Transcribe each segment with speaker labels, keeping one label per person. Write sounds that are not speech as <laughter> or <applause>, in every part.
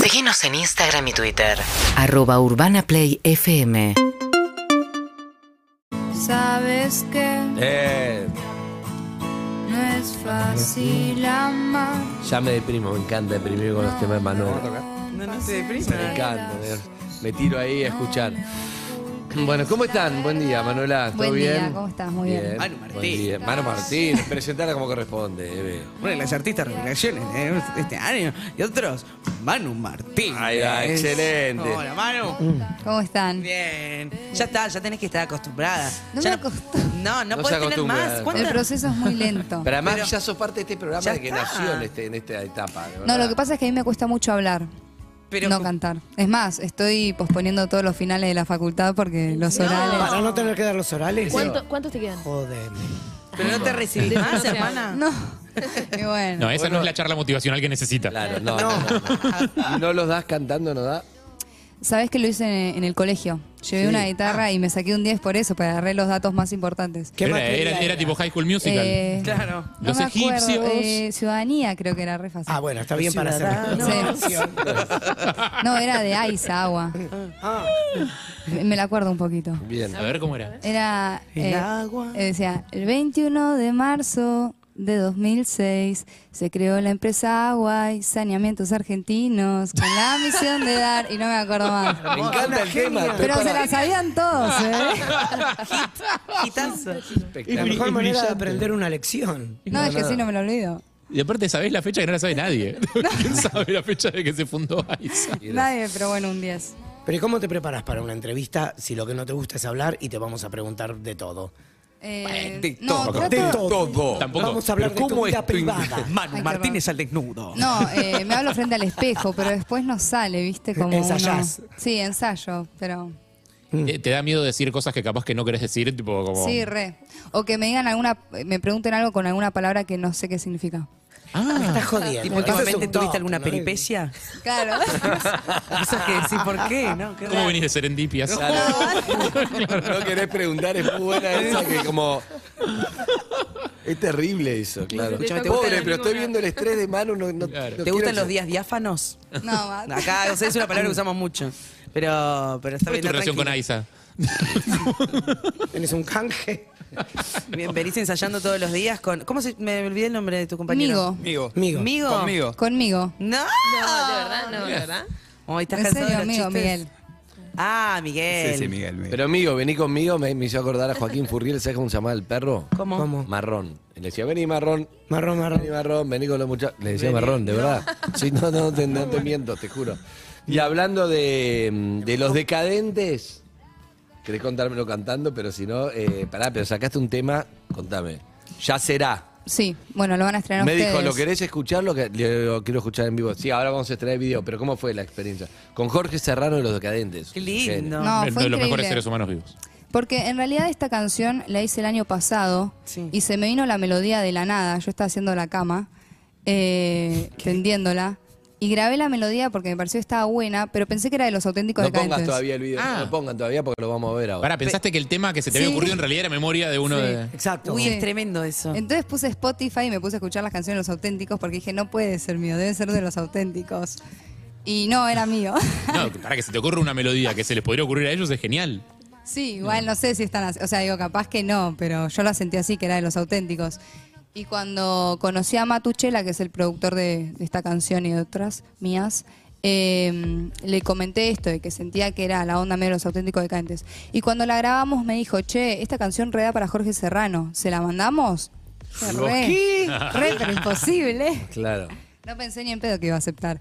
Speaker 1: Seguinos en Instagram y Twitter.
Speaker 2: Arroba Urbana Play FM.
Speaker 3: Sabes que
Speaker 4: Eh,
Speaker 3: no es fácil amar.
Speaker 4: ya me deprimo, me encanta deprimir con los temas de Manolo.
Speaker 5: No, no te
Speaker 4: Me
Speaker 5: deprimas.
Speaker 4: encanta, me, me tiro ahí a escuchar. Bueno, ¿cómo están? Buen día, Manuela. ¿Todo
Speaker 6: Buen
Speaker 4: bien?
Speaker 6: día, ¿cómo estás? Muy bien.
Speaker 5: Manu Martín.
Speaker 4: buen día. Manu Martín, presentala como corresponde, Eve.
Speaker 5: Una de las artistas revelaciones eh, de este año. Y otros, Manu Martín.
Speaker 4: Ahí va,
Speaker 5: Es-
Speaker 4: excelente.
Speaker 5: Hola, Manu.
Speaker 6: ¿Cómo están?
Speaker 5: Bien. Ya está, ya tenés que estar acostumbrada.
Speaker 6: No
Speaker 5: Ya
Speaker 6: me acostumbro.
Speaker 4: No
Speaker 5: No, no,
Speaker 4: se
Speaker 5: podés tener
Speaker 4: acostumbra.
Speaker 5: más. ¿Cuántas-
Speaker 6: El proceso es muy
Speaker 4: <laughs>
Speaker 6: lento.
Speaker 4: Pero además
Speaker 5: Pero-
Speaker 4: ya sos parte de este programa
Speaker 5: Ya
Speaker 4: de que
Speaker 5: está.
Speaker 4: nació en, este- en esta etapa. de
Speaker 6: No,
Speaker 4: verdad.
Speaker 6: lo que pasa es que a mí me cuesta mucho hablar,
Speaker 5: Pero
Speaker 6: no
Speaker 5: con-
Speaker 6: cantar. Es más, estoy posponiendo todos los finales de la facultad porque los orales...
Speaker 7: Para no tener que dar los orales.
Speaker 8: ¿Cuánto- ¿Cuántos te quedan?
Speaker 7: Joder.
Speaker 5: Pero no te recibís más, hermana.
Speaker 6: No. Y bueno.
Speaker 9: No, ¿eh? esa no es la charla motivacional que necesita.
Speaker 4: Claro, no, no, no. Y no los das cantando, no da.
Speaker 6: ¿Sabés que lo hice en, en el colegio? Llevé una guitarra y me saqué un 10 por eso, para agarré los datos más importantes.
Speaker 7: ¿Qué
Speaker 9: Era,
Speaker 7: materia
Speaker 9: era- era
Speaker 7: era?
Speaker 9: tipo High School Musical.
Speaker 6: Eh,
Speaker 5: Claro.
Speaker 6: no
Speaker 9: Los
Speaker 6: me acuerdo,
Speaker 9: egipcios.
Speaker 6: eh, ciudadanía creo que era re fácil.
Speaker 7: Ah, bueno, está bien para hacer.
Speaker 6: Sí. No, era de Aiza, agua.
Speaker 5: Ah.
Speaker 6: Me me la acuerdo un poquito.
Speaker 4: Bien.
Speaker 9: A ver cómo era.
Speaker 6: Era.
Speaker 5: El
Speaker 6: eh,
Speaker 5: agua.
Speaker 6: eh, decía, el 21 de marzo de 2006 se creó la empresa Agua y Saneamientos Argentinos con la misión de dar. Y no me acuerdo más.
Speaker 4: Me encanta el tema. estoy
Speaker 6: Pero
Speaker 4: para-
Speaker 6: se la sabían todos, ¿eh?
Speaker 5: Quitazo.
Speaker 7: Es la
Speaker 4: espectacular.
Speaker 7: mejor manera de aprender una lección.
Speaker 6: No, es que sí, no me lo olvido.
Speaker 9: Y aparte sabés la fecha que no la
Speaker 6: <laughs>
Speaker 9: sabe nadie. <laughs> ¿Quién sabe la fecha de que se fundó <laughs> AISA?
Speaker 6: Nadie, pero bueno, un 10.
Speaker 7: Pero ¿y cómo te preparas para una entrevista si lo que no te gusta es hablar y te vamos a preguntar de todo?
Speaker 6: Eh,
Speaker 5: De
Speaker 6: no,
Speaker 5: todo.
Speaker 6: trato-
Speaker 5: Todo.
Speaker 9: Tampoco.
Speaker 7: Vamos a hablar de tu
Speaker 5: ¿Cómo es
Speaker 7: vida
Speaker 5: tu
Speaker 7: privada.
Speaker 5: Manu
Speaker 6: Ay,
Speaker 5: Martínez al desnudo.
Speaker 6: no, eh, me hablo frente al espejo, pero después no sale, ¿viste? Como uno-
Speaker 7: Ensayás.
Speaker 6: Sí, ensayo, pero.
Speaker 9: Eh, Te da miedo decir cosas que capaz que no querés decir, tipo como...
Speaker 6: Sí, re. O que me digan alguna, me pregunten algo con alguna palabra que no sé qué significa.
Speaker 7: Me estás jodiendo. Eso es
Speaker 5: Últimamente
Speaker 7: un
Speaker 5: tuviste
Speaker 7: top,
Speaker 5: alguna
Speaker 7: ¿no?
Speaker 5: peripecia.
Speaker 6: Claro.
Speaker 5: Eso que decir, ¿por qué? No, qué
Speaker 9: ¿Cómo
Speaker 5: raro.
Speaker 9: venís de Serendipias? <laughs>
Speaker 4: No querés preguntar, es muy buena
Speaker 8: <laughs>
Speaker 4: esa que como... Es terrible eso, claro.
Speaker 8: se te
Speaker 4: Escuchame,
Speaker 8: toca
Speaker 4: pobre,
Speaker 8: la
Speaker 4: pero estoy
Speaker 8: ninguna.
Speaker 4: viendo el estrés de Manu. No, no-
Speaker 9: Claro.
Speaker 4: no
Speaker 5: ¿Te
Speaker 4: quiero
Speaker 5: gustan
Speaker 4: que-
Speaker 5: los días diáfanos?
Speaker 6: <laughs> No, va.
Speaker 5: <laughs> Acá, o sea, es una palabra que usamos mucho. Pero, pero está
Speaker 9: ¿Cuál
Speaker 5: bien.
Speaker 9: es tu
Speaker 5: no,
Speaker 9: relación con
Speaker 5: tranquila.
Speaker 9: AISA?
Speaker 7: Tenés un canje.
Speaker 5: Bien, venís ensayando todos los días con. ¿Cómo se.? Me olvidé el nombre de tu compañero.
Speaker 6: Migo.
Speaker 5: Migo.
Speaker 7: Migo.
Speaker 5: Migo. Conmigo.
Speaker 6: Conmigo.
Speaker 5: No.
Speaker 8: No, de verdad, no, de verdad.
Speaker 5: Hoy estás
Speaker 6: En
Speaker 5: cansado de
Speaker 6: serio,
Speaker 5: los
Speaker 6: amigo,
Speaker 5: chistes?
Speaker 6: Miguel.
Speaker 5: Ah, Miguel. Sí, sí, Miguel.
Speaker 4: Pero amigo, vení conmigo, me, me hizo acordar a Joaquín Furriel, ¿sabes cómo se llamaba el perro?
Speaker 5: ¿Cómo?
Speaker 4: Marrón. Y le decía, vení marrón,
Speaker 7: Marrón,
Speaker 4: vení
Speaker 7: marrón.
Speaker 4: marrón, vení con los muchachos. Le decía marrón, de verdad. Sí, no, no, te, no te miento, te juro. Y hablando de, mm, de los decadentes, querés contármelo cantando, pero si no, eh, pará, pero sacaste un tema, contame. Ya será.
Speaker 6: Sí, bueno, lo van a estrenar
Speaker 4: Me
Speaker 6: ustedes.
Speaker 4: dijo, ¿lo querés escuchar? Lo que le- lo quiero escuchar en vivo. Sí, ahora vamos a estrenar el video, pero ¿cómo fue la experiencia? Con Jorge Serrano de los Decadentes.
Speaker 5: Qué lindo.
Speaker 6: No,
Speaker 9: Uno
Speaker 6: fue
Speaker 9: de los mejores
Speaker 6: increíble.
Speaker 9: seres humanos vivos.
Speaker 6: Porque en realidad esta canción la hice el año pasado
Speaker 5: Sí.
Speaker 6: y se me vino la melodía de la nada. Yo estaba haciendo la cama, eh, tendiéndola. Y grabé la melodía porque me pareció que estaba buena, pero pensé que era de los auténticos
Speaker 4: No
Speaker 6: decadentes.
Speaker 4: pongas todavía el video,
Speaker 5: Ah.
Speaker 4: no lo pongan todavía porque lo vamos a ver ahora.
Speaker 9: Ahora, pensaste que el tema que se te había
Speaker 6: Sí.
Speaker 9: ocurrido en realidad era memoria de uno de...
Speaker 7: Exacto.
Speaker 5: Uy,
Speaker 6: Sí.
Speaker 5: es tremendo eso.
Speaker 6: Entonces puse Spotify y me puse a escuchar las canciones de los auténticos porque dije, no puede ser mío, debe ser de los auténticos. Y no, era mío. <laughs>
Speaker 9: No, para que se te ocurra una melodía que se les podría ocurrir a ellos es genial.
Speaker 6: Sí, igual no sé si están así. O sea, digo, capaz que no, pero yo la sentí así, que era de los auténticos. Y cuando conocí a Matuchela, que es el productor de, de esta canción y de otras mías, eh, le comenté esto, de que sentía que era la onda medio de los auténticos decantes. Y cuando la grabamos me dijo, che, esta canción reda para Jorge Serrano, ¿se la mandamos? Dije, Re, re, pero imposible.
Speaker 4: Claro.
Speaker 6: No pensé ni en pedo que iba a aceptar.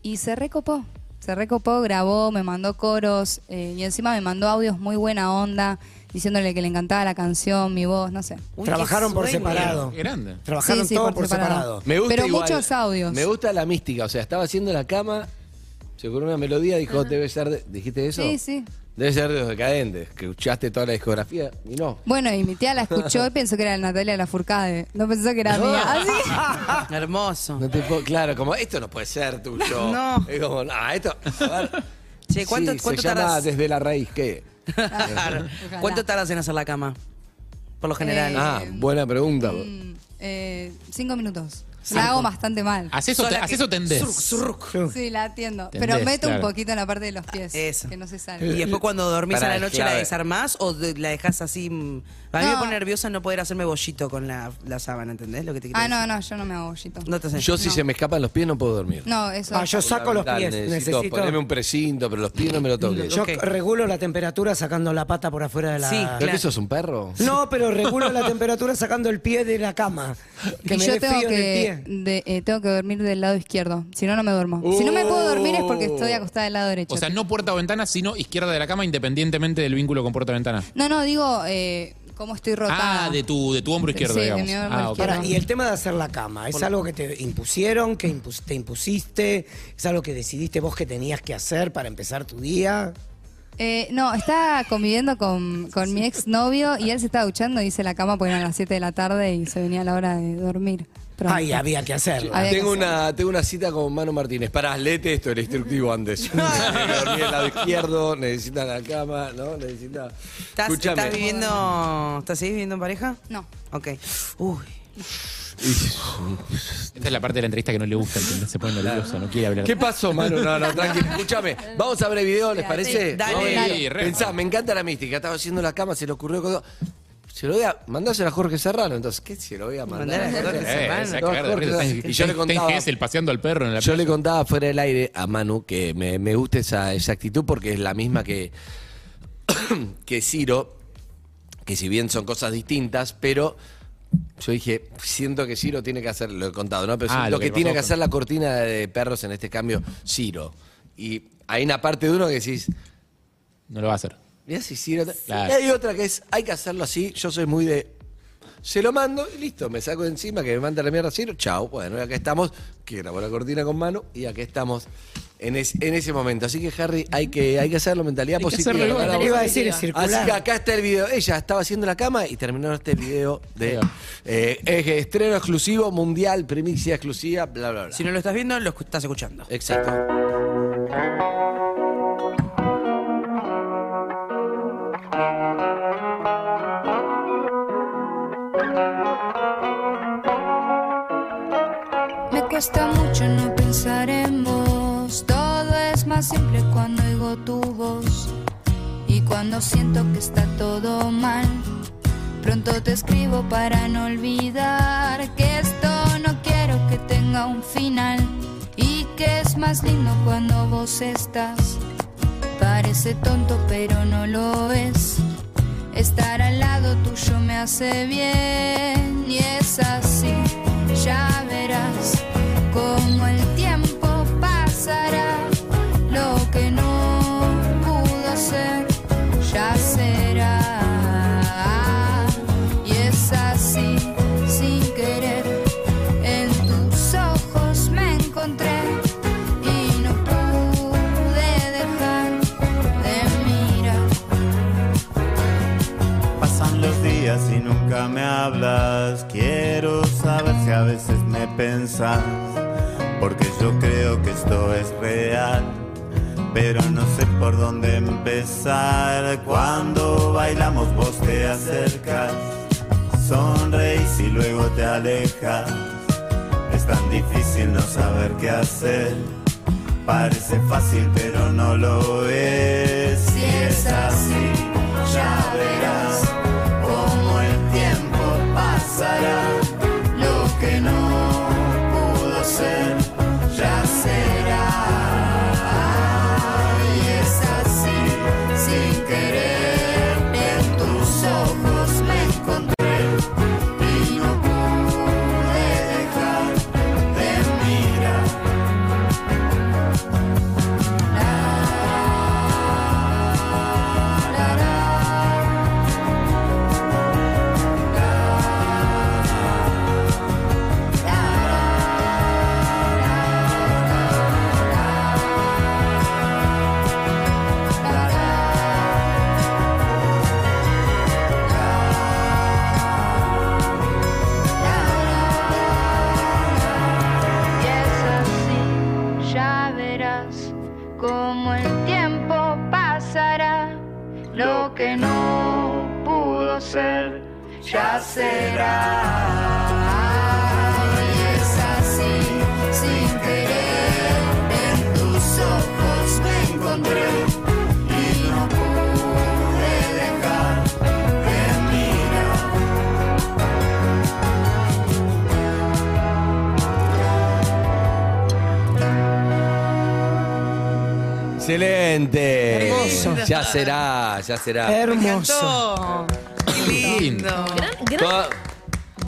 Speaker 6: Y se recopó. Se recopó, grabó, me mandó coros eh, y encima me mandó audios muy buena onda, diciéndole que le encantaba la canción, mi voz, no sé.
Speaker 5: Uy, qué
Speaker 7: Trabajaron por
Speaker 5: sueño.
Speaker 7: separado.
Speaker 9: Qué grande.
Speaker 7: Trabajaron
Speaker 6: Sí, sí,
Speaker 7: todo
Speaker 6: por
Speaker 7: por separado.
Speaker 6: separado.
Speaker 4: Me gusta
Speaker 6: Pero
Speaker 4: igual-
Speaker 6: muchos audios.
Speaker 4: Me gusta la mística, o sea, estaba haciendo la cama, se ocurrió una melodía, dijo, debe ser, de- ¿dijiste eso?
Speaker 6: Sí, sí.
Speaker 4: Debe ser de los Decadentes, que escuchaste toda la discografía y no.
Speaker 6: Bueno, y mi tía la escuchó y pensó que era Natalia Lafourcade. No pensó que era mía. Ah, Así
Speaker 5: Ah, Hermoso.
Speaker 4: No te puedo- claro, como esto no puede ser tuyo.
Speaker 5: No.
Speaker 4: Es como, no, esto. A ver.
Speaker 5: Che, ¿cuánto-
Speaker 4: Sí,
Speaker 5: cuánto
Speaker 4: se llama
Speaker 5: tardás?
Speaker 4: desde la raíz qué?
Speaker 5: Claro.
Speaker 6: Ojalá.
Speaker 5: ¿Cuánto tardas en hacer la cama? Por lo general.
Speaker 6: Eh,
Speaker 5: mm,
Speaker 4: Ah, buena pregunta.
Speaker 6: que, mm, eh, cinco minutos.
Speaker 10: La hago bastante mal.
Speaker 9: ¿Haces o, te- haces o tendés?
Speaker 10: Sí, la atiendo.
Speaker 9: Tendés,
Speaker 10: Pero meto
Speaker 9: claro.
Speaker 10: un poquito en la parte de los pies.
Speaker 5: Eso.
Speaker 10: Que no se salga.
Speaker 5: Y después cuando dormís
Speaker 4: Pará,
Speaker 5: a la
Speaker 4: es
Speaker 5: noche
Speaker 4: clave.
Speaker 5: la desarmás o de- la dejás así. mm. A mí me
Speaker 10: No.
Speaker 5: pone nerviosa no poder hacerme bollito con la, la sábana, ¿entendés lo que te quiero
Speaker 10: Ah, no,
Speaker 5: decir?
Speaker 10: no, yo no me hago bollito.
Speaker 5: No te haces.
Speaker 4: Yo si se me escapan los pies no puedo dormir.
Speaker 10: No, eso.
Speaker 7: Ah, yo saco los pies.
Speaker 4: Fundamental, Necesito,
Speaker 7: Necesito.
Speaker 4: ponerme un precinto, pero los pies no me lo toques.
Speaker 7: Yo
Speaker 5: Ok.
Speaker 7: regulo la temperatura sacando la pata por afuera de la.
Speaker 5: Sí,
Speaker 4: ¿Pero
Speaker 5: claro.
Speaker 4: que sos un perro?
Speaker 7: No, pero regulo la temperatura sacando el pie de la cama. Que
Speaker 10: y
Speaker 7: me
Speaker 10: yo
Speaker 7: dé
Speaker 10: tengo
Speaker 7: frío en
Speaker 10: que,
Speaker 7: el pie.
Speaker 10: de- eh, tengo que dormir del lado izquierdo. Si no, no me duermo. Si no me puedo dormir es porque estoy
Speaker 7: Oh.
Speaker 10: acostada del lado derecho.
Speaker 9: O sea, no puerta o ventana, sino izquierda de la cama, independientemente del vínculo con puerta o ventana.
Speaker 10: no, no, digo eh, cómo estoy rotada.
Speaker 9: Ah, de tu, de tu hombro izquierdo,
Speaker 10: Sí, de
Speaker 9: digamos.
Speaker 10: mi hombro
Speaker 9: ah, ok.
Speaker 10: izquierdo.
Speaker 7: Pará, y el tema de hacer la cama, ¿es algo que te impusieron, que impus- te impusiste? ¿Es algo que decidiste vos que tenías que hacer para empezar tu día?
Speaker 10: Eh, no, estaba conviviendo con, con mi exnovio y él se estaba duchando y hice la cama porque eran las 7 de la tarde y se venía la hora de dormir. Pronto.
Speaker 7: Ay, había que hacerlo.
Speaker 10: Había que
Speaker 4: Tengo
Speaker 10: hacer.
Speaker 4: una, tengo una cita con Mano Martínez. Pará, lete esto, el instructivo
Speaker 7: <laughs>
Speaker 4: antes. Dormí al lado izquierdo, necesita la cama, ¿no? Necesita.
Speaker 5: ¿Estás,
Speaker 4: Escúchame.
Speaker 5: estás viviendo. ¿Estás seguís viviendo en pareja?
Speaker 10: No.
Speaker 5: Ok. Uy.
Speaker 9: Esta es la parte de la entrevista que no le gusta, que se pone nervioso, no quiere hablar.
Speaker 4: ¿Qué pasó, Manu? No, no, tranqui, escúchame. Vamos a ver el video, ¿les parece?
Speaker 5: Sí, dale.
Speaker 4: Vamos a ver el
Speaker 9: Dale.
Speaker 4: video.
Speaker 9: Sí, re.
Speaker 4: Pensá, me encanta la mística. Estaba haciendo la cama, se le ocurrió cosa. Se lo voy a. Mandáselo a Jorge Serrano, entonces, ¿qué se lo voy a mandar?
Speaker 5: Mandale a Jorge
Speaker 9: Eh, se va a cagar de
Speaker 4: Jorge
Speaker 9: risa.
Speaker 4: Serrano.
Speaker 9: Está-
Speaker 4: Y yo le
Speaker 9: está en
Speaker 4: contaba.
Speaker 9: Gesell paseando al perro en la
Speaker 4: Yo le contaba fuera del aire a Manu que me, me gusta esa, esa actitud porque es la misma que, <coughs> que Ciro, que si bien son cosas distintas, pero yo dije, siento que Ciro tiene que hacer, lo he contado, ¿no? Pero
Speaker 9: Ah,
Speaker 4: siento
Speaker 9: lo
Speaker 4: que,
Speaker 9: que
Speaker 4: tiene
Speaker 9: pasó
Speaker 4: que
Speaker 9: con-
Speaker 4: hacer la cortina de perros en este cambio, Ciro. Y hay una parte de uno que decís,
Speaker 9: No lo va a hacer.
Speaker 4: Mirá si Ciro. te-
Speaker 9: Claro.
Speaker 4: Y hay otra que es, hay que hacerlo así. Yo soy muy de. Se lo mando y listo, me saco de encima que me manda la mierda Ciro. Chao. Bueno, y acá estamos, que grabó la cortina con mano y acá estamos en, es- en ese momento. Así que, Harry, hay que, hay que hacerlo, mentalidad
Speaker 9: Hay que
Speaker 4: positiva.
Speaker 9: hacerlo,
Speaker 4: ¿verdad?
Speaker 11: mentalidad
Speaker 7: Iba a decir es
Speaker 4: Así que
Speaker 7: circular.
Speaker 4: acá está el video. Ella estaba haciendo la cama y terminó este video de eh, eje, estreno exclusivo, mundial, primicia exclusiva, bla, bla, bla.
Speaker 5: Si no lo estás viendo, lo escu- estás escuchando.
Speaker 4: Exacto.
Speaker 6: Me cuesta mucho no pensar en vos. Todo es más simple cuando oigo tu voz. Y cuando siento que está todo mal, pronto te escribo para no olvidar que esto no quiero que tenga un final. Y que es más lindo cuando vos estás. Parece tonto, pero no lo es. Estar al lado tuyo me hace bien y es así. Ya verás cómo el tiempo pasará. Lo que no pudo ser ya será. Y es así, sin querer. En tus ojos me encontré y no pude dejar de mirar.
Speaker 8: Pasan los días y nunca me hablas. Quiero saber si a veces me pensas, porque yo creo que esto es real. Pero no sé por dónde empezar. Cuando bailamos vos te acercas, sonreís y luego te alejas. Es tan difícil no saber qué hacer. Parece fácil pero no lo es. Si es así, ya verás cómo el tiempo pasará. Lo que no pudo ser, ya será. Y es así, sin querer, en tus ojos me encontré y no pude dejar de mirar.
Speaker 6: Y es así, ya verás cómo el tiempo pasará. Lo que no pudo ser, ya será. Y es así.
Speaker 4: Excelente.
Speaker 7: Hermoso.
Speaker 4: Ya será, ya será.
Speaker 7: Hermoso.
Speaker 9: Qué lindo.
Speaker 8: Gran, gran-
Speaker 4: Toda-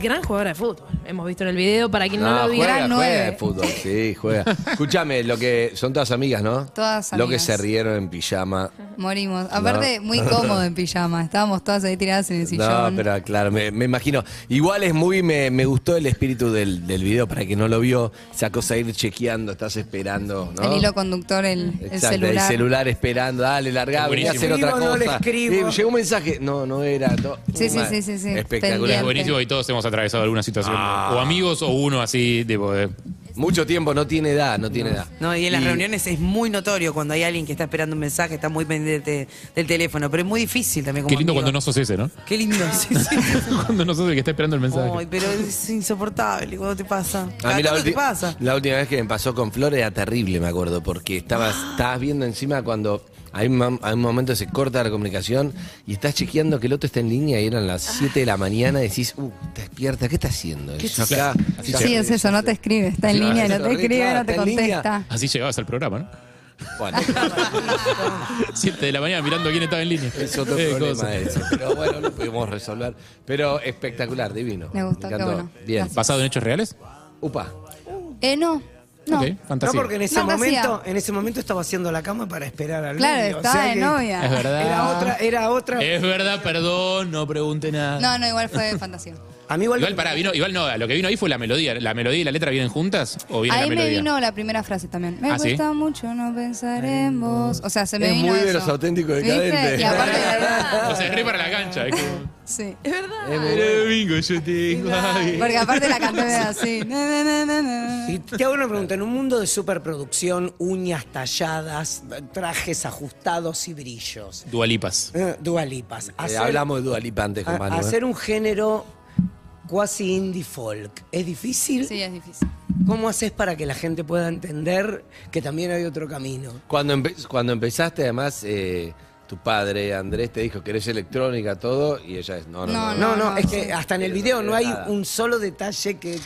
Speaker 8: gran jugadora de fútbol. Hemos visto en el video, para quien no,
Speaker 4: No,
Speaker 8: lo vio.
Speaker 4: juega,
Speaker 6: Gran
Speaker 4: juega
Speaker 6: nueve.
Speaker 4: de fútbol, sí,
Speaker 6: <laughs>
Speaker 4: juega. Escúchame, lo que son todas amigas, ¿no?
Speaker 6: Todas
Speaker 4: Lo que
Speaker 6: amigas.
Speaker 4: se rieron en pijama.
Speaker 6: Morimos. Aparte, muy cómodo en pijama. Estábamos todas ahí tiradas en el
Speaker 4: No,
Speaker 6: sillón.
Speaker 4: pero claro, me, me imagino. Igual es muy, me, me gustó el espíritu del, del video para que no lo vio. Esa cosa de ir chequeando, estás esperando, ¿no?
Speaker 6: El hilo conductor, el, el
Speaker 4: Exacto,
Speaker 6: celular.
Speaker 4: esperando, dale, largá, vení a hacer
Speaker 7: Buenísimo.
Speaker 4: otra
Speaker 7: Escribo, no le
Speaker 4: cosa.
Speaker 7: escribo.
Speaker 4: Eh, llegó un mensaje, no, no era. no.
Speaker 6: Sí, sí, sí, sí, sí.
Speaker 9: Es
Speaker 4: Espectacular.
Speaker 6: Pendiente.
Speaker 9: buenísimo y todos hemos atravesado alguna situación.
Speaker 4: Ah.
Speaker 9: O amigos o uno así, tipo eh, de.
Speaker 4: Mucho tiempo, no tiene edad, no tiene edad.
Speaker 12: No, y en las reuniones es muy notorio cuando hay alguien que está esperando un mensaje, está muy pendiente del teléfono, pero es muy difícil también. Como
Speaker 9: Qué lindo
Speaker 12: amigo.
Speaker 9: cuando no sos ese, ¿no? <laughs>
Speaker 12: Qué lindo, sí,
Speaker 4: <laughs>
Speaker 12: sí.
Speaker 9: cuando no sos el que está esperando el mensaje.
Speaker 12: Ay, pero es insoportable cuando te pasa.
Speaker 4: A mí la,
Speaker 12: ¿Cuándo te
Speaker 4: ulti-
Speaker 12: pasa?
Speaker 4: la última vez que me pasó con Flor era terrible, me acuerdo,
Speaker 6: <gasps>
Speaker 4: porque estabas, estabas viendo encima cuando hay un, mam- hay un momento que se corta la comunicación y estás chequeando que el otro está en línea y eran las
Speaker 6: Ah.
Speaker 4: 7 de la mañana y decís, uh, te despierta, ¿qué está haciendo? Yo acá- ya-
Speaker 6: Sí, es eso, no te escribe. Está en
Speaker 4: Claro,
Speaker 6: línea,
Speaker 4: eso,
Speaker 6: no te
Speaker 4: re
Speaker 6: escribe,
Speaker 4: claro,
Speaker 6: no te
Speaker 4: está en línea.
Speaker 6: contesta.
Speaker 9: Así llegabas al programa, ¿no?
Speaker 4: Bueno,
Speaker 9: Siete de la mañana mirando quién estaba en línea.
Speaker 4: es
Speaker 9: <laughs>
Speaker 4: otro
Speaker 9: Eh,
Speaker 4: problema
Speaker 9: cosa.
Speaker 4: ese, pero bueno, lo pudimos resolver. Pero espectacular, divino.
Speaker 6: Me gustó, qué
Speaker 4: encantó.
Speaker 6: bueno.
Speaker 4: Bien.
Speaker 6: Gracias.
Speaker 9: ¿Basado en hechos reales?
Speaker 4: Upa.
Speaker 6: Eh, no. No.
Speaker 9: Ok,
Speaker 7: No,
Speaker 9: fantasía.
Speaker 7: porque en ese
Speaker 6: No, gracias.
Speaker 7: momento, en ese momento estaba haciendo la cama para esperar al
Speaker 6: Claro,
Speaker 7: novio, o
Speaker 6: estaba
Speaker 7: sea
Speaker 6: de
Speaker 7: que
Speaker 6: novia.
Speaker 9: Es verdad.
Speaker 7: Era otra, era otra.
Speaker 9: Es verdad, perdón, no pregunte nada.
Speaker 6: No, no, igual fue
Speaker 9: <laughs>
Speaker 6: fantasía.
Speaker 7: A mí igual,
Speaker 9: Igual pará, vino, igual no, lo que vino ahí fue la melodía. ¿La melodía y la letra vienen juntas o viene
Speaker 6: Ahí
Speaker 9: la
Speaker 6: me
Speaker 9: melodía?
Speaker 6: vino la primera frase también. Me
Speaker 9: ¿Ah, sí?
Speaker 6: gusta mucho no pensar en vos. O sea, se me
Speaker 4: Es
Speaker 6: vino
Speaker 4: muy de
Speaker 6: eso.
Speaker 4: los auténticos
Speaker 6: ¿Viste?
Speaker 4: decadentes.
Speaker 6: Y aparte,
Speaker 4: <laughs>
Speaker 6: la verdad,
Speaker 9: O sea, re para la cancha. es como-
Speaker 6: <laughs> sí.
Speaker 9: Era domingo, yo tengo hambre.
Speaker 6: Porque aparte la canté así. Na, na, na, na, na.
Speaker 7: y te hago una pregunta, en un mundo de superproducción, uñas talladas, trajes ajustados y brillos,
Speaker 9: Dualipas.
Speaker 7: eh, dualipas,
Speaker 4: Eh,
Speaker 7: hacer,
Speaker 4: hablamos de Dualipa antes con
Speaker 7: a-
Speaker 4: Manu. ¿eh?
Speaker 7: hacer un género cuasi indie folk, ¿es difícil?
Speaker 6: Sí, es difícil.
Speaker 7: ¿Cómo haces para que la gente pueda entender que también hay otro camino?
Speaker 4: Cuando, empe- cuando empezaste, además, eh, tu padre, Andrés, te dijo, ¿querés electrónica, todo? Y ella es, no, no,
Speaker 6: No,
Speaker 4: no.
Speaker 7: No, no,
Speaker 6: no,
Speaker 7: es
Speaker 6: sí.
Speaker 7: que hasta en el
Speaker 4: Sí, no
Speaker 7: video
Speaker 4: tiene
Speaker 7: no hay
Speaker 4: nada.
Speaker 7: un solo detalle que,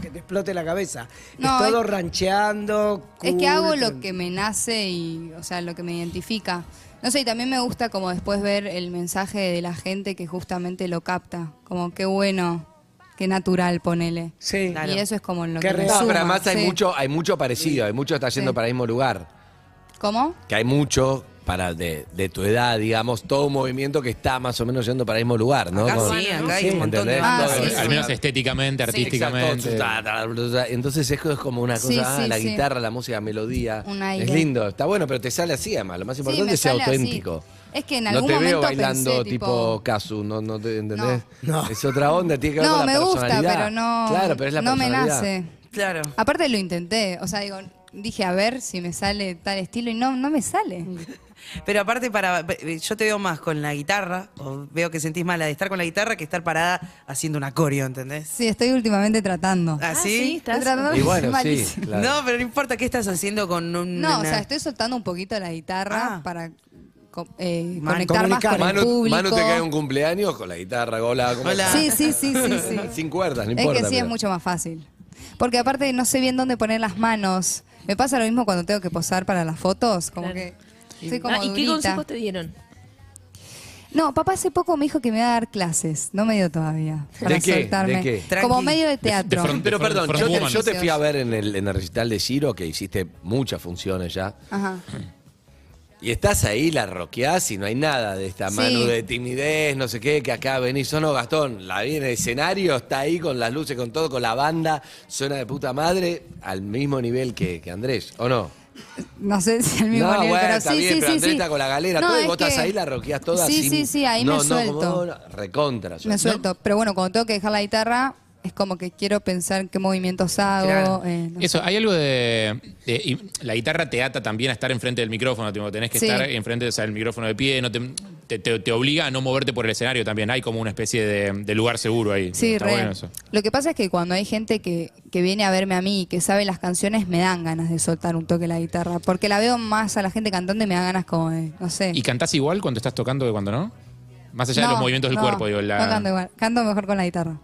Speaker 7: que te explote la cabeza.
Speaker 6: No,
Speaker 7: es todo
Speaker 6: es-
Speaker 7: rancheando.
Speaker 6: Es que hago
Speaker 7: cool,
Speaker 6: lo que me nace y, o sea, lo que me identifica. No sé, y también me gusta como después ver el mensaje de la gente que justamente lo capta. Como qué bueno, qué natural, ponele.
Speaker 7: Sí.
Speaker 12: Claro.
Speaker 6: Y eso es como lo
Speaker 7: Qué
Speaker 6: que me
Speaker 7: real.
Speaker 4: No,
Speaker 6: suma,
Speaker 4: pero además hay
Speaker 6: sí.
Speaker 4: mucho, hay mucho parecido, hay mucho está yendo
Speaker 6: Sí.
Speaker 4: para el mismo lugar.
Speaker 6: ¿Cómo?
Speaker 4: Que hay mucho para de, de tu edad, digamos, todo un movimiento que está más o menos yendo para el mismo lugar, ¿no?
Speaker 12: Acá
Speaker 4: Con-
Speaker 12: sí, acá hay un montón de
Speaker 4: ¿entendés?
Speaker 6: Ah,
Speaker 12: bandas.
Speaker 6: sí,
Speaker 4: Todo-
Speaker 9: Al menos estéticamente, artísticamente.
Speaker 4: Exacto, ta, ta, ta, ta. Entonces es como una cosa,
Speaker 6: Sí,
Speaker 4: ah,
Speaker 6: sí,
Speaker 4: la
Speaker 6: sí.
Speaker 4: guitarra, la música, la melodía.
Speaker 6: Un aire.
Speaker 4: Es lindo, está bueno, pero te sale así además. Lo más
Speaker 6: Sí,
Speaker 4: importante
Speaker 6: me
Speaker 4: es ser
Speaker 6: sale así.
Speaker 4: auténtico.
Speaker 6: Es que en
Speaker 4: no
Speaker 6: algún
Speaker 4: te
Speaker 6: momento
Speaker 4: veo bailando
Speaker 6: pensé,
Speaker 4: tipo Casu, no, no te entendés.
Speaker 7: No. No.
Speaker 4: Es otra onda, tiene que ver
Speaker 6: No,
Speaker 4: con la
Speaker 6: me gusta,
Speaker 4: personalidad.
Speaker 6: pero no-
Speaker 4: Claro, pero es la
Speaker 6: no me
Speaker 4: personalidad.
Speaker 6: nace.
Speaker 12: Claro.
Speaker 6: Aparte lo intenté, o sea, digo, dije a ver si me sale tal estilo y no, no me
Speaker 4: <laughs>
Speaker 6: sale.
Speaker 12: Pero aparte, para yo te veo más con la guitarra, o veo que sentís más la de estar con la guitarra que estar parada haciendo un acorio, ¿entendés?
Speaker 6: Sí, estoy últimamente tratando.
Speaker 12: ¿Así?
Speaker 8: Ah, sí, está-
Speaker 6: Ah, Estoy tratando
Speaker 4: Y bueno, sí.
Speaker 6: malísimo.
Speaker 4: claro.
Speaker 12: No, pero no importa qué estás haciendo con un.
Speaker 6: No, o sea,
Speaker 12: una-
Speaker 6: estoy soltando un poquito la guitarra
Speaker 12: Ah.
Speaker 6: para co- eh,
Speaker 12: Man-
Speaker 6: conectar más
Speaker 7: comunicar.
Speaker 6: con el
Speaker 4: Manu,
Speaker 6: público.
Speaker 4: Manu te cae un cumpleaños con la guitarra, hola, ¿cómo
Speaker 12: Hola.
Speaker 4: estás?
Speaker 6: Sí, sí, sí, sí,
Speaker 4: <laughs>
Speaker 6: sí.
Speaker 4: Sin cuerdas, no
Speaker 6: es
Speaker 4: importa.
Speaker 6: que sí, es
Speaker 4: pero-
Speaker 6: mucho más fácil. Porque aparte no sé bien dónde poner las manos. Me pasa lo mismo cuando tengo que posar para las fotos, como
Speaker 8: Claro.
Speaker 6: que soy como
Speaker 8: Ah, ¿Y qué
Speaker 6: durita.
Speaker 8: consejos te dieron?
Speaker 6: No, papá hace poco me dijo que me iba a dar clases, no me dio todavía para
Speaker 4: ¿De qué? ¿De
Speaker 6: soltarme.
Speaker 4: qué?
Speaker 6: Como
Speaker 12: Tranqui.
Speaker 6: medio de teatro.
Speaker 9: front-
Speaker 4: Pero
Speaker 9: Front-
Speaker 4: perdón,
Speaker 9: Front
Speaker 4: yo te,
Speaker 9: Woman.
Speaker 4: yo te fui a ver en el, en el recital de Ciro, que hiciste muchas funciones ya.
Speaker 6: Ajá.
Speaker 4: Y estás ahí, la roqueás y no hay nada de esta
Speaker 6: Sí.
Speaker 4: Manu de timidez, no sé qué, que acá venís. No, no, Gastón, la vi en el escenario, está ahí con las luces, con todo, con la banda, suena de puta madre, al mismo nivel que, que Andrés, ¿o no?
Speaker 6: No sé si el mismo
Speaker 4: no,
Speaker 6: nivel,
Speaker 4: bueno,
Speaker 6: pero
Speaker 4: está
Speaker 6: sí,
Speaker 4: bien,
Speaker 6: sí,
Speaker 4: pero
Speaker 6: sí,
Speaker 4: Andrés
Speaker 6: sí.
Speaker 4: está con la galera,
Speaker 6: No,
Speaker 4: todo, y
Speaker 6: es
Speaker 4: vos estás
Speaker 6: que-
Speaker 4: ahí, la roqueás toda
Speaker 6: Sí,
Speaker 4: sin-
Speaker 6: sí, sí, ahí
Speaker 4: no,
Speaker 6: me
Speaker 4: no,
Speaker 6: suelto.
Speaker 4: como vos, no, recontra.
Speaker 6: Me
Speaker 4: suelto.
Speaker 6: suelto, pero bueno, cuando tengo que dejar la guitarra, es como que quiero pensar qué movimientos hago.
Speaker 12: Claro.
Speaker 6: eh, no
Speaker 9: Eso, hay algo de, de- y La guitarra te ata también a estar enfrente del micrófono. tipo, tenés que
Speaker 6: Sí.
Speaker 9: estar enfrente o sea, del micrófono de pie. No te, te, te- te obliga a no moverte por el escenario también. Hay como una especie de, de lugar seguro ahí.
Speaker 6: Sí,
Speaker 9: Está
Speaker 6: re.
Speaker 9: bueno eso.
Speaker 6: Lo que pasa es que cuando hay gente que, que viene a verme a mí y que sabe las canciones, me dan ganas de soltar un toque la guitarra. Porque la veo más a la gente cantando y me dan ganas como de, no sé.
Speaker 9: ¿Y cantás igual cuando estás tocando que cuando no? Más allá de
Speaker 6: No,
Speaker 9: los movimientos del
Speaker 6: no,
Speaker 9: cuerpo, digo. La...
Speaker 6: No canto igual, canto mejor con la guitarra.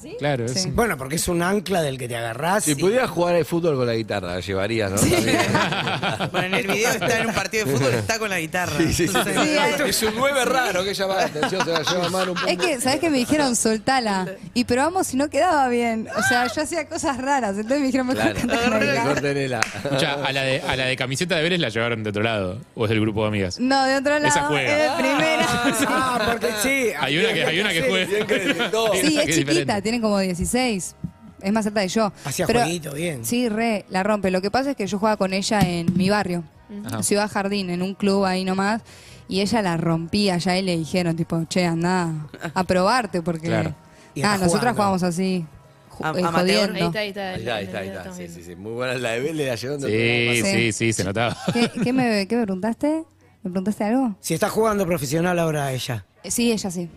Speaker 13: ¿Sí?
Speaker 9: Claro,
Speaker 6: <laughs>
Speaker 9: Sí. es-
Speaker 7: Bueno, porque es un ancla del que te agarrás.
Speaker 4: Si
Speaker 7: y-
Speaker 4: pudieras jugar al fútbol con la guitarra, la llevarías, ¿no?
Speaker 12: Bueno, en el video está en un partido de fútbol, está con la guitarra.
Speaker 4: <laughs> Sí, sí, sí.
Speaker 12: Entonces,
Speaker 4: Es un 9 raro que llama la atención, se la lleva a mano un poco.
Speaker 6: Es que, ¿sabes qué? Me dijeron soltala. Y probamos si no quedaba bien. O sea, yo hacía cosas raras. Entonces me dijeron mejor
Speaker 9: Claro.
Speaker 6: cantar con la guitarra.
Speaker 4: Mejor tenela.
Speaker 9: Escuchá, a la, de, a la de camiseta de Vélez la llevaron de otro lado. O es del grupo de amigas.
Speaker 6: No, de otro lado.
Speaker 9: Esa juega.
Speaker 6: Es de
Speaker 9: <laughs>
Speaker 6: primera.
Speaker 7: Ah, porque sí.
Speaker 9: Hay una que, hay una que
Speaker 7: Sí,
Speaker 9: juega.
Speaker 7: bien que
Speaker 9: <laughs> Hay
Speaker 6: Sí,
Speaker 9: una
Speaker 6: es
Speaker 9: que
Speaker 6: chiquita,
Speaker 9: diferente.
Speaker 6: tiene como 16. Es más alta que yo.
Speaker 7: Hacía
Speaker 6: Pero-
Speaker 7: jueguito, bien.
Speaker 6: Sí, re, la rompe. Lo que pasa es que yo jugaba con ella en mi barrio,
Speaker 7: Ajá.
Speaker 6: Ciudad Jardín, en un club ahí nomás. Y ella la rompía, ya él le dijeron, tipo, che, anda a probarte, porque.
Speaker 4: Claro. Y
Speaker 6: Ah,
Speaker 4: anda
Speaker 6: nosotras
Speaker 4: jugando.
Speaker 6: jugábamos así, ju- eh, jodiendo.
Speaker 13: Ahí está, ahí está.
Speaker 4: Ahí está, ahí está, ahí está. Sí, sí, sí. Muy buena la de Vélez, la llevaron de otro lado.
Speaker 9: Sí,
Speaker 6: Sí.
Speaker 9: sí, sí, se notaba.
Speaker 6: ¿Qué, qué me, qué me preguntaste? ¿Me preguntaste algo?
Speaker 7: Si está jugando profesional ahora ella.
Speaker 6: Eh, Sí, ella sí.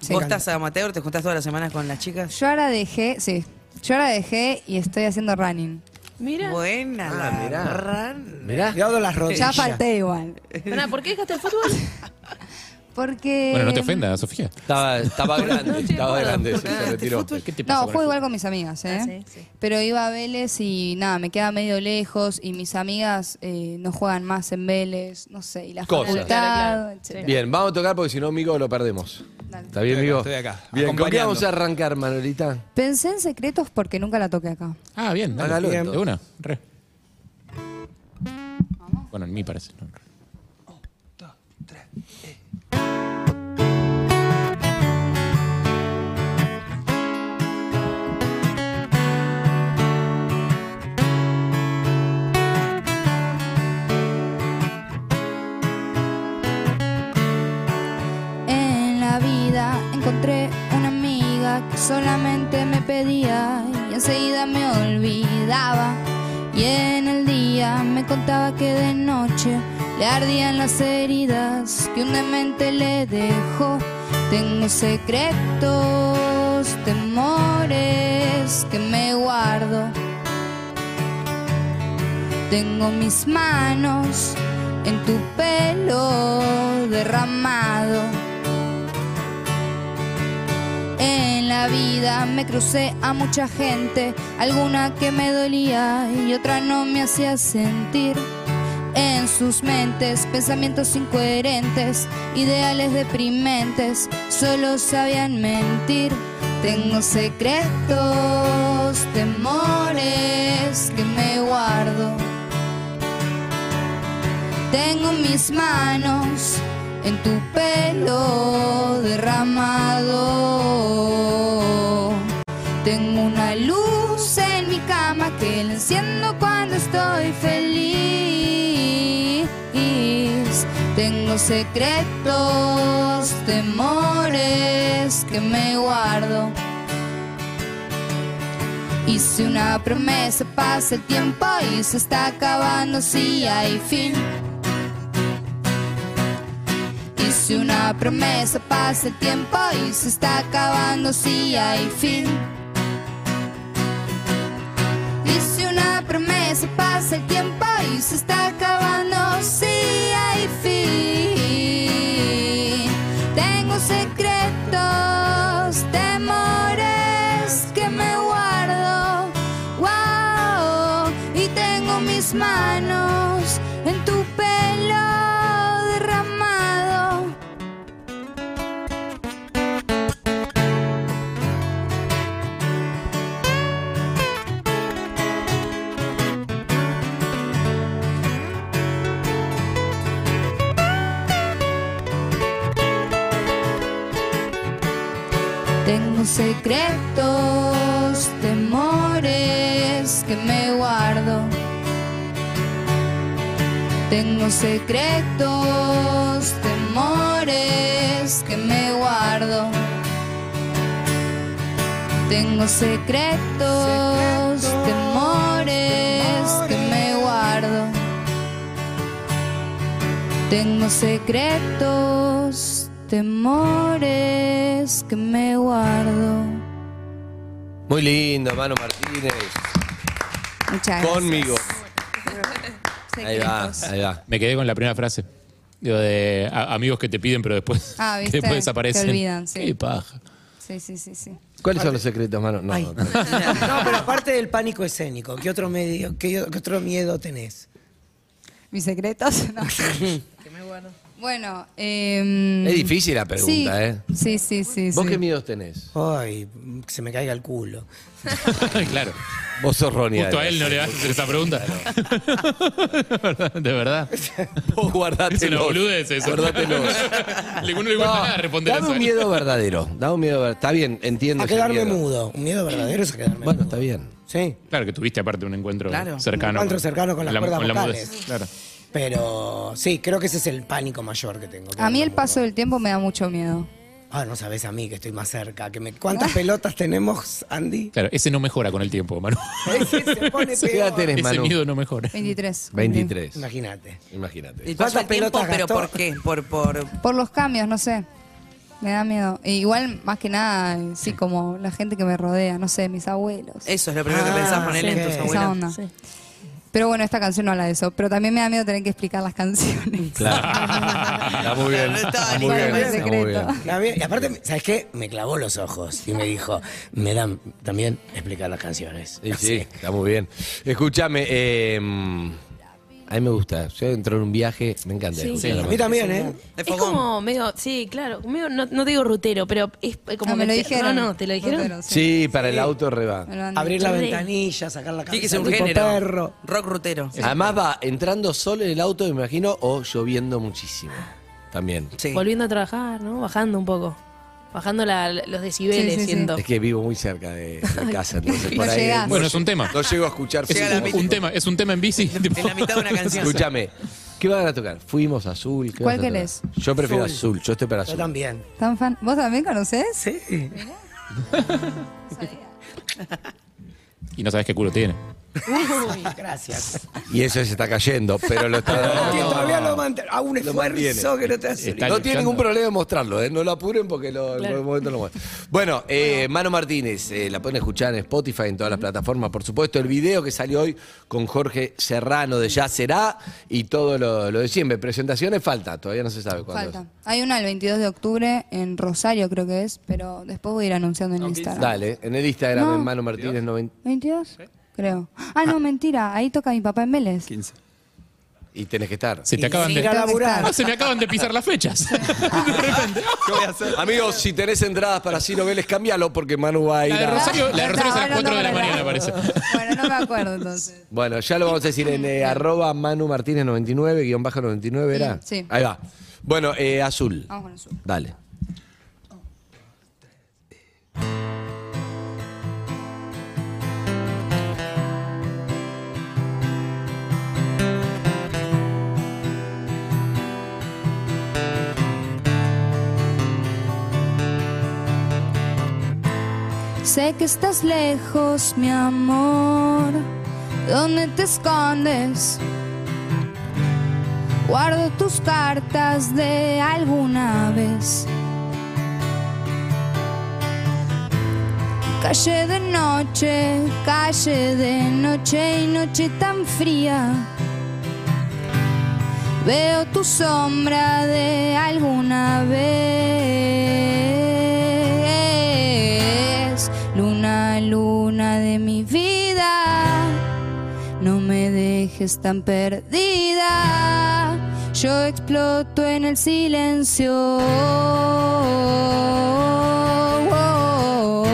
Speaker 6: Sí.
Speaker 12: ¿Vos estás amateur? ¿Te juntás todas las semanas con las chicas?
Speaker 6: Yo ahora dejé, sí. Yo ahora dejé y estoy haciendo running.
Speaker 13: Mira.
Speaker 12: Buena, la
Speaker 4: mirá.
Speaker 12: ran-
Speaker 4: Mirá.
Speaker 7: Cuidado las
Speaker 6: Ya
Speaker 7: rodillas.
Speaker 6: falté igual.
Speaker 13: Pará, ¿por qué dejaste el
Speaker 6: <laughs>
Speaker 13: fútbol?
Speaker 6: Porque.
Speaker 9: Bueno, no te ofendas, Sofía.
Speaker 4: Estaba, estaba grande, estaba grande, sí, se
Speaker 9: dejaste
Speaker 4: retiró.
Speaker 9: ¿Qué te pasa
Speaker 6: No,
Speaker 9: con
Speaker 6: fue
Speaker 9: el
Speaker 6: igual con mis amigas, ¿eh?
Speaker 13: Ah, sí, sí.
Speaker 6: Pero iba a Vélez y nada, me queda medio lejos y mis amigas eh, no juegan más en Vélez, no sé, y la
Speaker 4: Cosas.
Speaker 6: facultad,
Speaker 13: Claro, claro,
Speaker 6: etcétera.
Speaker 4: Bien, vamos a tocar porque si no, Migo, lo perdemos. ¿Está bien, Migo?
Speaker 5: Estoy acá, estoy acá,
Speaker 4: Bien, ¿con qué
Speaker 5: acompañando.
Speaker 4: vamos a arrancar, Manuelita?
Speaker 6: Pensé en secretos porque nunca la toqué acá.
Speaker 9: fútbol? Ah, bien, dale,
Speaker 4: Hágalo,
Speaker 9: bien. De
Speaker 4: entonces.
Speaker 9: una, re. Bueno, en mí parece. no.
Speaker 6: En la vida encontré una amiga que solamente me pedía y enseguida me olvidaba. Y en el día me contaba que de noche le ardían las heridas que un demente le dejó. Tengo secretos, temores que me guardo. Tengo mis manos en tu pelo derramado. En la vida me crucé a mucha gente, alguna que me dolía y otra no me hacía sentir. En sus mentes, pensamientos incoherentes, ideales deprimentes, solo sabían mentir. Tengo secretos, temores que me guardo. Tengo mis manos en tu pelo derramado. Tengo una luz en mi cama que la enciendo cuando estoy feliz. Tengo secretos, temores que me guardo. Hice una promesa, pasa el tiempo y se está acabando si hay fin. Hice una promesa, pasa el tiempo y se está acabando si hay fin. Hice una promesa, pasa el tiempo y se está acabando si hay fin. Tengo secretos, temores que me guardo. Wow, y tengo mis manos en tu pelo derramado. Tengo secretos, temores que me guardo. Tengo secretos, temores que me guardo. Tengo secretos, temores que me guardo. Tengo secretos, temores que me guardo.
Speaker 4: Muy lindo, Mano Martínez.
Speaker 6: Muchas gracias.
Speaker 4: Conmigo. Ahí va, ahí va.
Speaker 9: Me quedé con la primera frase. Digo, de a- amigos que te piden, pero después,
Speaker 6: Ah,
Speaker 9: <laughs> que
Speaker 6: ¿viste?
Speaker 9: después desaparecen.
Speaker 6: Te olvidan, sí.
Speaker 9: Qué paja. <laughs>
Speaker 6: Sí, sí, sí, sí.
Speaker 4: ¿Cuáles son los secretos, mano? No, no, no.
Speaker 7: No, pero aparte del pánico escénico, ¿qué otro, medio, qué, qué otro miedo tenés?
Speaker 6: ¿Mis secretos? <laughs> No.
Speaker 8: Que me guardo.
Speaker 6: bueno, em,
Speaker 4: Es difícil la pregunta,
Speaker 6: sí.
Speaker 4: ¿eh?
Speaker 6: Sí, sí, sí.
Speaker 4: ¿Vos
Speaker 6: sí.
Speaker 4: qué miedos tenés?
Speaker 7: Ay, que se me caiga el culo.
Speaker 9: claro.
Speaker 4: Vos sos Ronnie.
Speaker 9: Justo a
Speaker 4: Arias.
Speaker 9: él no le vas a hacer esa pregunta. <laughs> de verdad.
Speaker 4: <laughs> Vos guardatelos.
Speaker 9: Es una boludez eso. <laughs>
Speaker 4: Guardatelos.
Speaker 9: Ninguno le gusta nada responder
Speaker 4: Dame
Speaker 9: eso. ¿eh?
Speaker 4: un miedo verdadero. Dame un miedo verdadero. Está bien, entiendo.
Speaker 7: A
Speaker 4: ese
Speaker 7: quedarme
Speaker 4: miedo.
Speaker 7: mudo. Un miedo verdadero es a quedarme
Speaker 4: Bueno,
Speaker 7: mudo.
Speaker 4: está bien.
Speaker 7: Sí.
Speaker 9: Claro que tuviste aparte un encuentro
Speaker 12: Claro.
Speaker 9: cercano.
Speaker 7: Un encuentro cercano con las cuerdas
Speaker 9: mudez.
Speaker 7: vocales.
Speaker 9: Claro.
Speaker 7: Pero sí, creo que ese es el pánico mayor que tengo.
Speaker 6: A mí el
Speaker 7: Quedarme
Speaker 6: paso
Speaker 7: mudo.
Speaker 6: del tiempo me da mucho miedo.
Speaker 7: Ah, no sabes a mí que estoy más cerca. Que me...
Speaker 6: Ah.
Speaker 7: ¿Cuántas pelotas tenemos,
Speaker 4: <laughs>
Speaker 7: Andy?
Speaker 9: Claro, ese no mejora con el tiempo, Manu.
Speaker 7: Ese se pone
Speaker 4: ¿Qué edad
Speaker 7: peor.
Speaker 12: Este,
Speaker 4: tenés,
Speaker 9: Ese
Speaker 4: Manu?
Speaker 9: miedo no mejora.
Speaker 6: 23. cumplí.
Speaker 4: 23.
Speaker 7: Imagínate.
Speaker 4: Imagínate.
Speaker 12: El paso del
Speaker 7: ¿Cuántas
Speaker 12: tiempo,
Speaker 7: pelotas
Speaker 12: pero
Speaker 7: gastó?
Speaker 12: ¿por qué? Por, por,
Speaker 6: Por los cambios, no sé. Me da miedo. E igual, más que nada, eh, sí, como la gente que me rodea, no sé, mis abuelos.
Speaker 12: eso es lo primero
Speaker 7: Ah,
Speaker 12: que pensás, ponerle
Speaker 7: sí.
Speaker 12: en tus
Speaker 7: Esa
Speaker 6: Esa
Speaker 12: abuelas.
Speaker 6: onda. Pero bueno, esta canción no habla de eso. Pero también me da miedo tener que explicar las canciones.
Speaker 4: <laughs>
Speaker 6: <laughs>
Speaker 4: Está muy bien.
Speaker 12: No estaba
Speaker 4: Está
Speaker 12: ni
Speaker 4: muy
Speaker 6: para
Speaker 4: bien.
Speaker 6: el
Speaker 4: está muy
Speaker 6: secreto.
Speaker 4: bien.
Speaker 7: La vi- y aparte, ¿sabes qué? Me clavó los ojos y me dijo, me dan también explicar las canciones.
Speaker 4: Sí, sí, está muy bien. Escúchame, eh, a mí me gusta. Yo entro en un viaje, me encanta.
Speaker 8: Sí.
Speaker 4: escuchar
Speaker 8: Sí.
Speaker 4: la
Speaker 7: A mí
Speaker 4: música.
Speaker 7: también, ¿eh?
Speaker 12: De
Speaker 8: Es
Speaker 12: fogón.
Speaker 8: como medio, sí, claro, medio, no, no te digo rutero, pero es eh, como
Speaker 6: No, me
Speaker 8: que
Speaker 6: lo
Speaker 8: te-
Speaker 6: dijeron.
Speaker 8: No, no, te lo dijeron.
Speaker 6: Rotero,
Speaker 4: Sí, para el auto reba.
Speaker 6: Me lo han
Speaker 7: Abrir
Speaker 6: dicho.
Speaker 7: la
Speaker 8: Sí.
Speaker 7: ventanilla, sacar la
Speaker 12: Tiene que
Speaker 7: cabeza
Speaker 12: ser un
Speaker 7: del tipo
Speaker 12: género.
Speaker 7: perro.
Speaker 12: Rock rutero.
Speaker 4: Además va entrando solo en el auto, me imagino, o lloviendo muchísimo. También.
Speaker 12: Sí.
Speaker 8: Volviendo a trabajar, ¿no? Bajando un poco. Bajando la- los decibeles,
Speaker 6: Sí, sí, sí.
Speaker 8: siento.
Speaker 4: Es que vivo muy cerca de,
Speaker 6: <laughs>
Speaker 4: de casa, entonces por
Speaker 6: No
Speaker 4: ahí.
Speaker 6: llegás.
Speaker 9: Bueno, es un tema.
Speaker 4: No llego a escuchar.
Speaker 9: Es
Speaker 12: Llega la
Speaker 9: un,
Speaker 12: mitad.
Speaker 9: un tema, es un tema en bici. tipo.
Speaker 12: En la mitad de una canción.
Speaker 4: Escúchame, ¿qué van a tocar? Fuimos azul. ¿qué
Speaker 6: ¿Cuál
Speaker 4: vas a tocar?
Speaker 6: querés?
Speaker 4: Yo prefiero azul, yo estoy para azul.
Speaker 7: Yo también.
Speaker 6: ¿Tan fan? ¿Vos también conocés?
Speaker 7: Sí.
Speaker 9: <laughs> Y no sabes qué culo tiene.
Speaker 7: Gracias.
Speaker 4: Y eso se está cayendo, pero
Speaker 7: <laughs>
Speaker 4: lo está.
Speaker 7: Y todavía lo mantiene. A un esfuerzo
Speaker 4: Ah. mantiene.
Speaker 7: que no te hace.
Speaker 9: Está
Speaker 4: No tiene
Speaker 9: luchando.
Speaker 4: ningún problema en mostrarlo, ¿eh? no lo apuren porque lo, en
Speaker 8: Claro.
Speaker 4: algún momento lo muestran. Bueno, eh, Mano Martínez, eh, la pueden escuchar en Spotify, en todas las plataformas, por supuesto. El video que salió hoy con Jorge Serrano de Ya Será y todo lo, lo de siempre. Presentaciones falta, todavía no se sabe cuándo.
Speaker 6: Falta. Hay una el 22 de octubre en Rosario, creo que es, pero después voy a ir anunciando en
Speaker 4: es.
Speaker 6: Instagram.
Speaker 4: Dale, en el Instagram,
Speaker 6: No.
Speaker 4: en Mano Martínez 90.
Speaker 6: 22, creo. Ah, no, mentira. Ahí toca mi papá en Vélez.
Speaker 4: Y tenés que estar.
Speaker 9: Se te acaban
Speaker 7: Ir a
Speaker 9: de.
Speaker 7: laburar.
Speaker 9: Ah, se me acaban de pisar las fechas.
Speaker 12: <laughs>
Speaker 4: Amigos, si tenés entradas para Ciro Vélez, cambialo porque Manu va a ir
Speaker 9: La de
Speaker 4: a-
Speaker 9: Rosario- la de
Speaker 6: Ya
Speaker 9: Rosario
Speaker 6: está,
Speaker 9: es a las
Speaker 6: bueno,
Speaker 9: 4 de la
Speaker 6: Ah, no,
Speaker 9: mañana, parece.
Speaker 6: Bueno, no me acuerdo entonces.
Speaker 4: Bueno, ya lo vamos a decir en eh, arroba Manu Martínez 99, guión bajo 99, ¿era?
Speaker 6: Sí. Ah.
Speaker 4: Ahí va. Bueno, eh, azul.
Speaker 6: Vamos con azul.
Speaker 4: Dale.
Speaker 6: Sé que estás lejos, mi amor. ¿Dónde te escondes? Guardo tus cartas de alguna vez. Calle de noche, calle de noche y noche tan fría. Veo tu sombra de alguna vez. Luna, luna de mi vida. No me dejes tan perdida. Yo exploto en el silencio. Oh, oh,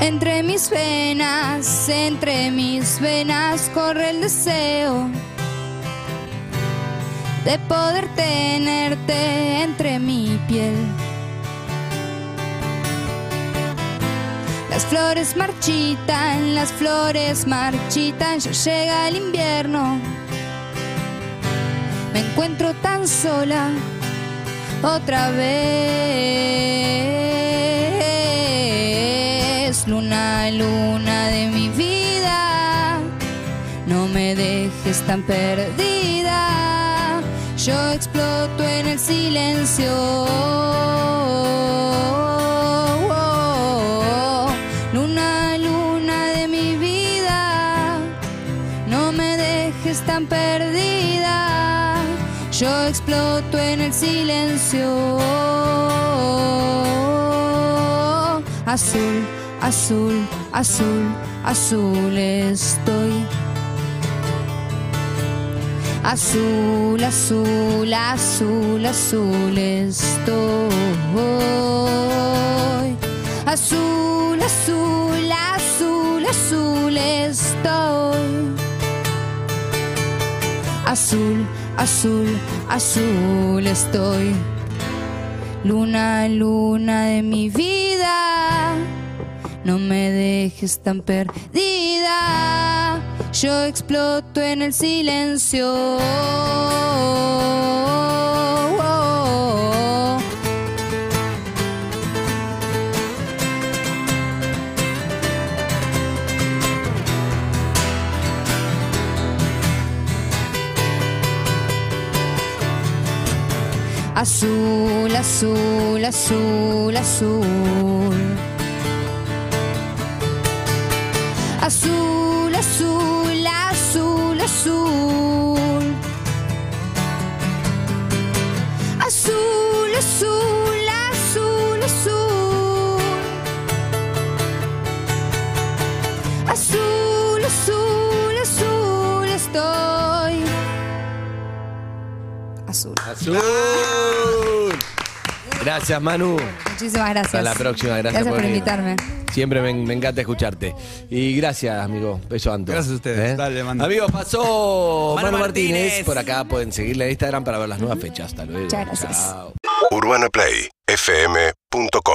Speaker 6: Entre mis venas, entre mis venas corre el deseo de poder tenerte entre mi piel. Las flores marchitan, las flores marchitan, ya llega el invierno. Me encuentro tan sola, otra vez. Luna, luna de mi vida, no me dejes tan perdida. Yo exploto en el silencio. exploto en el silencio. Azul, azul, azul, azul estoy. Azul, azul, azul, azul estoy. Azul, azul, azul, azul estoy. Azul, azul, azul estoy. Luna, luna de mi vida, no me dejes tan perdida. Yo exploto en el silencio. Oh, oh, Azul, azul, azul, azul. Azul, azul, azul, azul. Azul, azul, azul, azul. Azul, azul, azul, estoy. Azul.
Speaker 4: ¡Azul! Gracias, Manu.
Speaker 14: Muchísimas gracias.
Speaker 4: Hasta la próxima, gracias,
Speaker 14: Gracias por,
Speaker 4: venir.
Speaker 14: invitarme.
Speaker 4: Siempre me, me encanta escucharte. Y gracias, amigo. Beso, Anto.
Speaker 15: Gracias a ustedes. Dale, mando.
Speaker 4: Amigos, pasó
Speaker 5: Manu
Speaker 4: Manu, Martínez.
Speaker 5: Martínez.
Speaker 4: Por acá pueden seguirle en Instagram para ver las nuevas fechas. Hasta luego.
Speaker 14: Muchas gracias.
Speaker 4: Chao.
Speaker 16: UrbanaPlayFM.com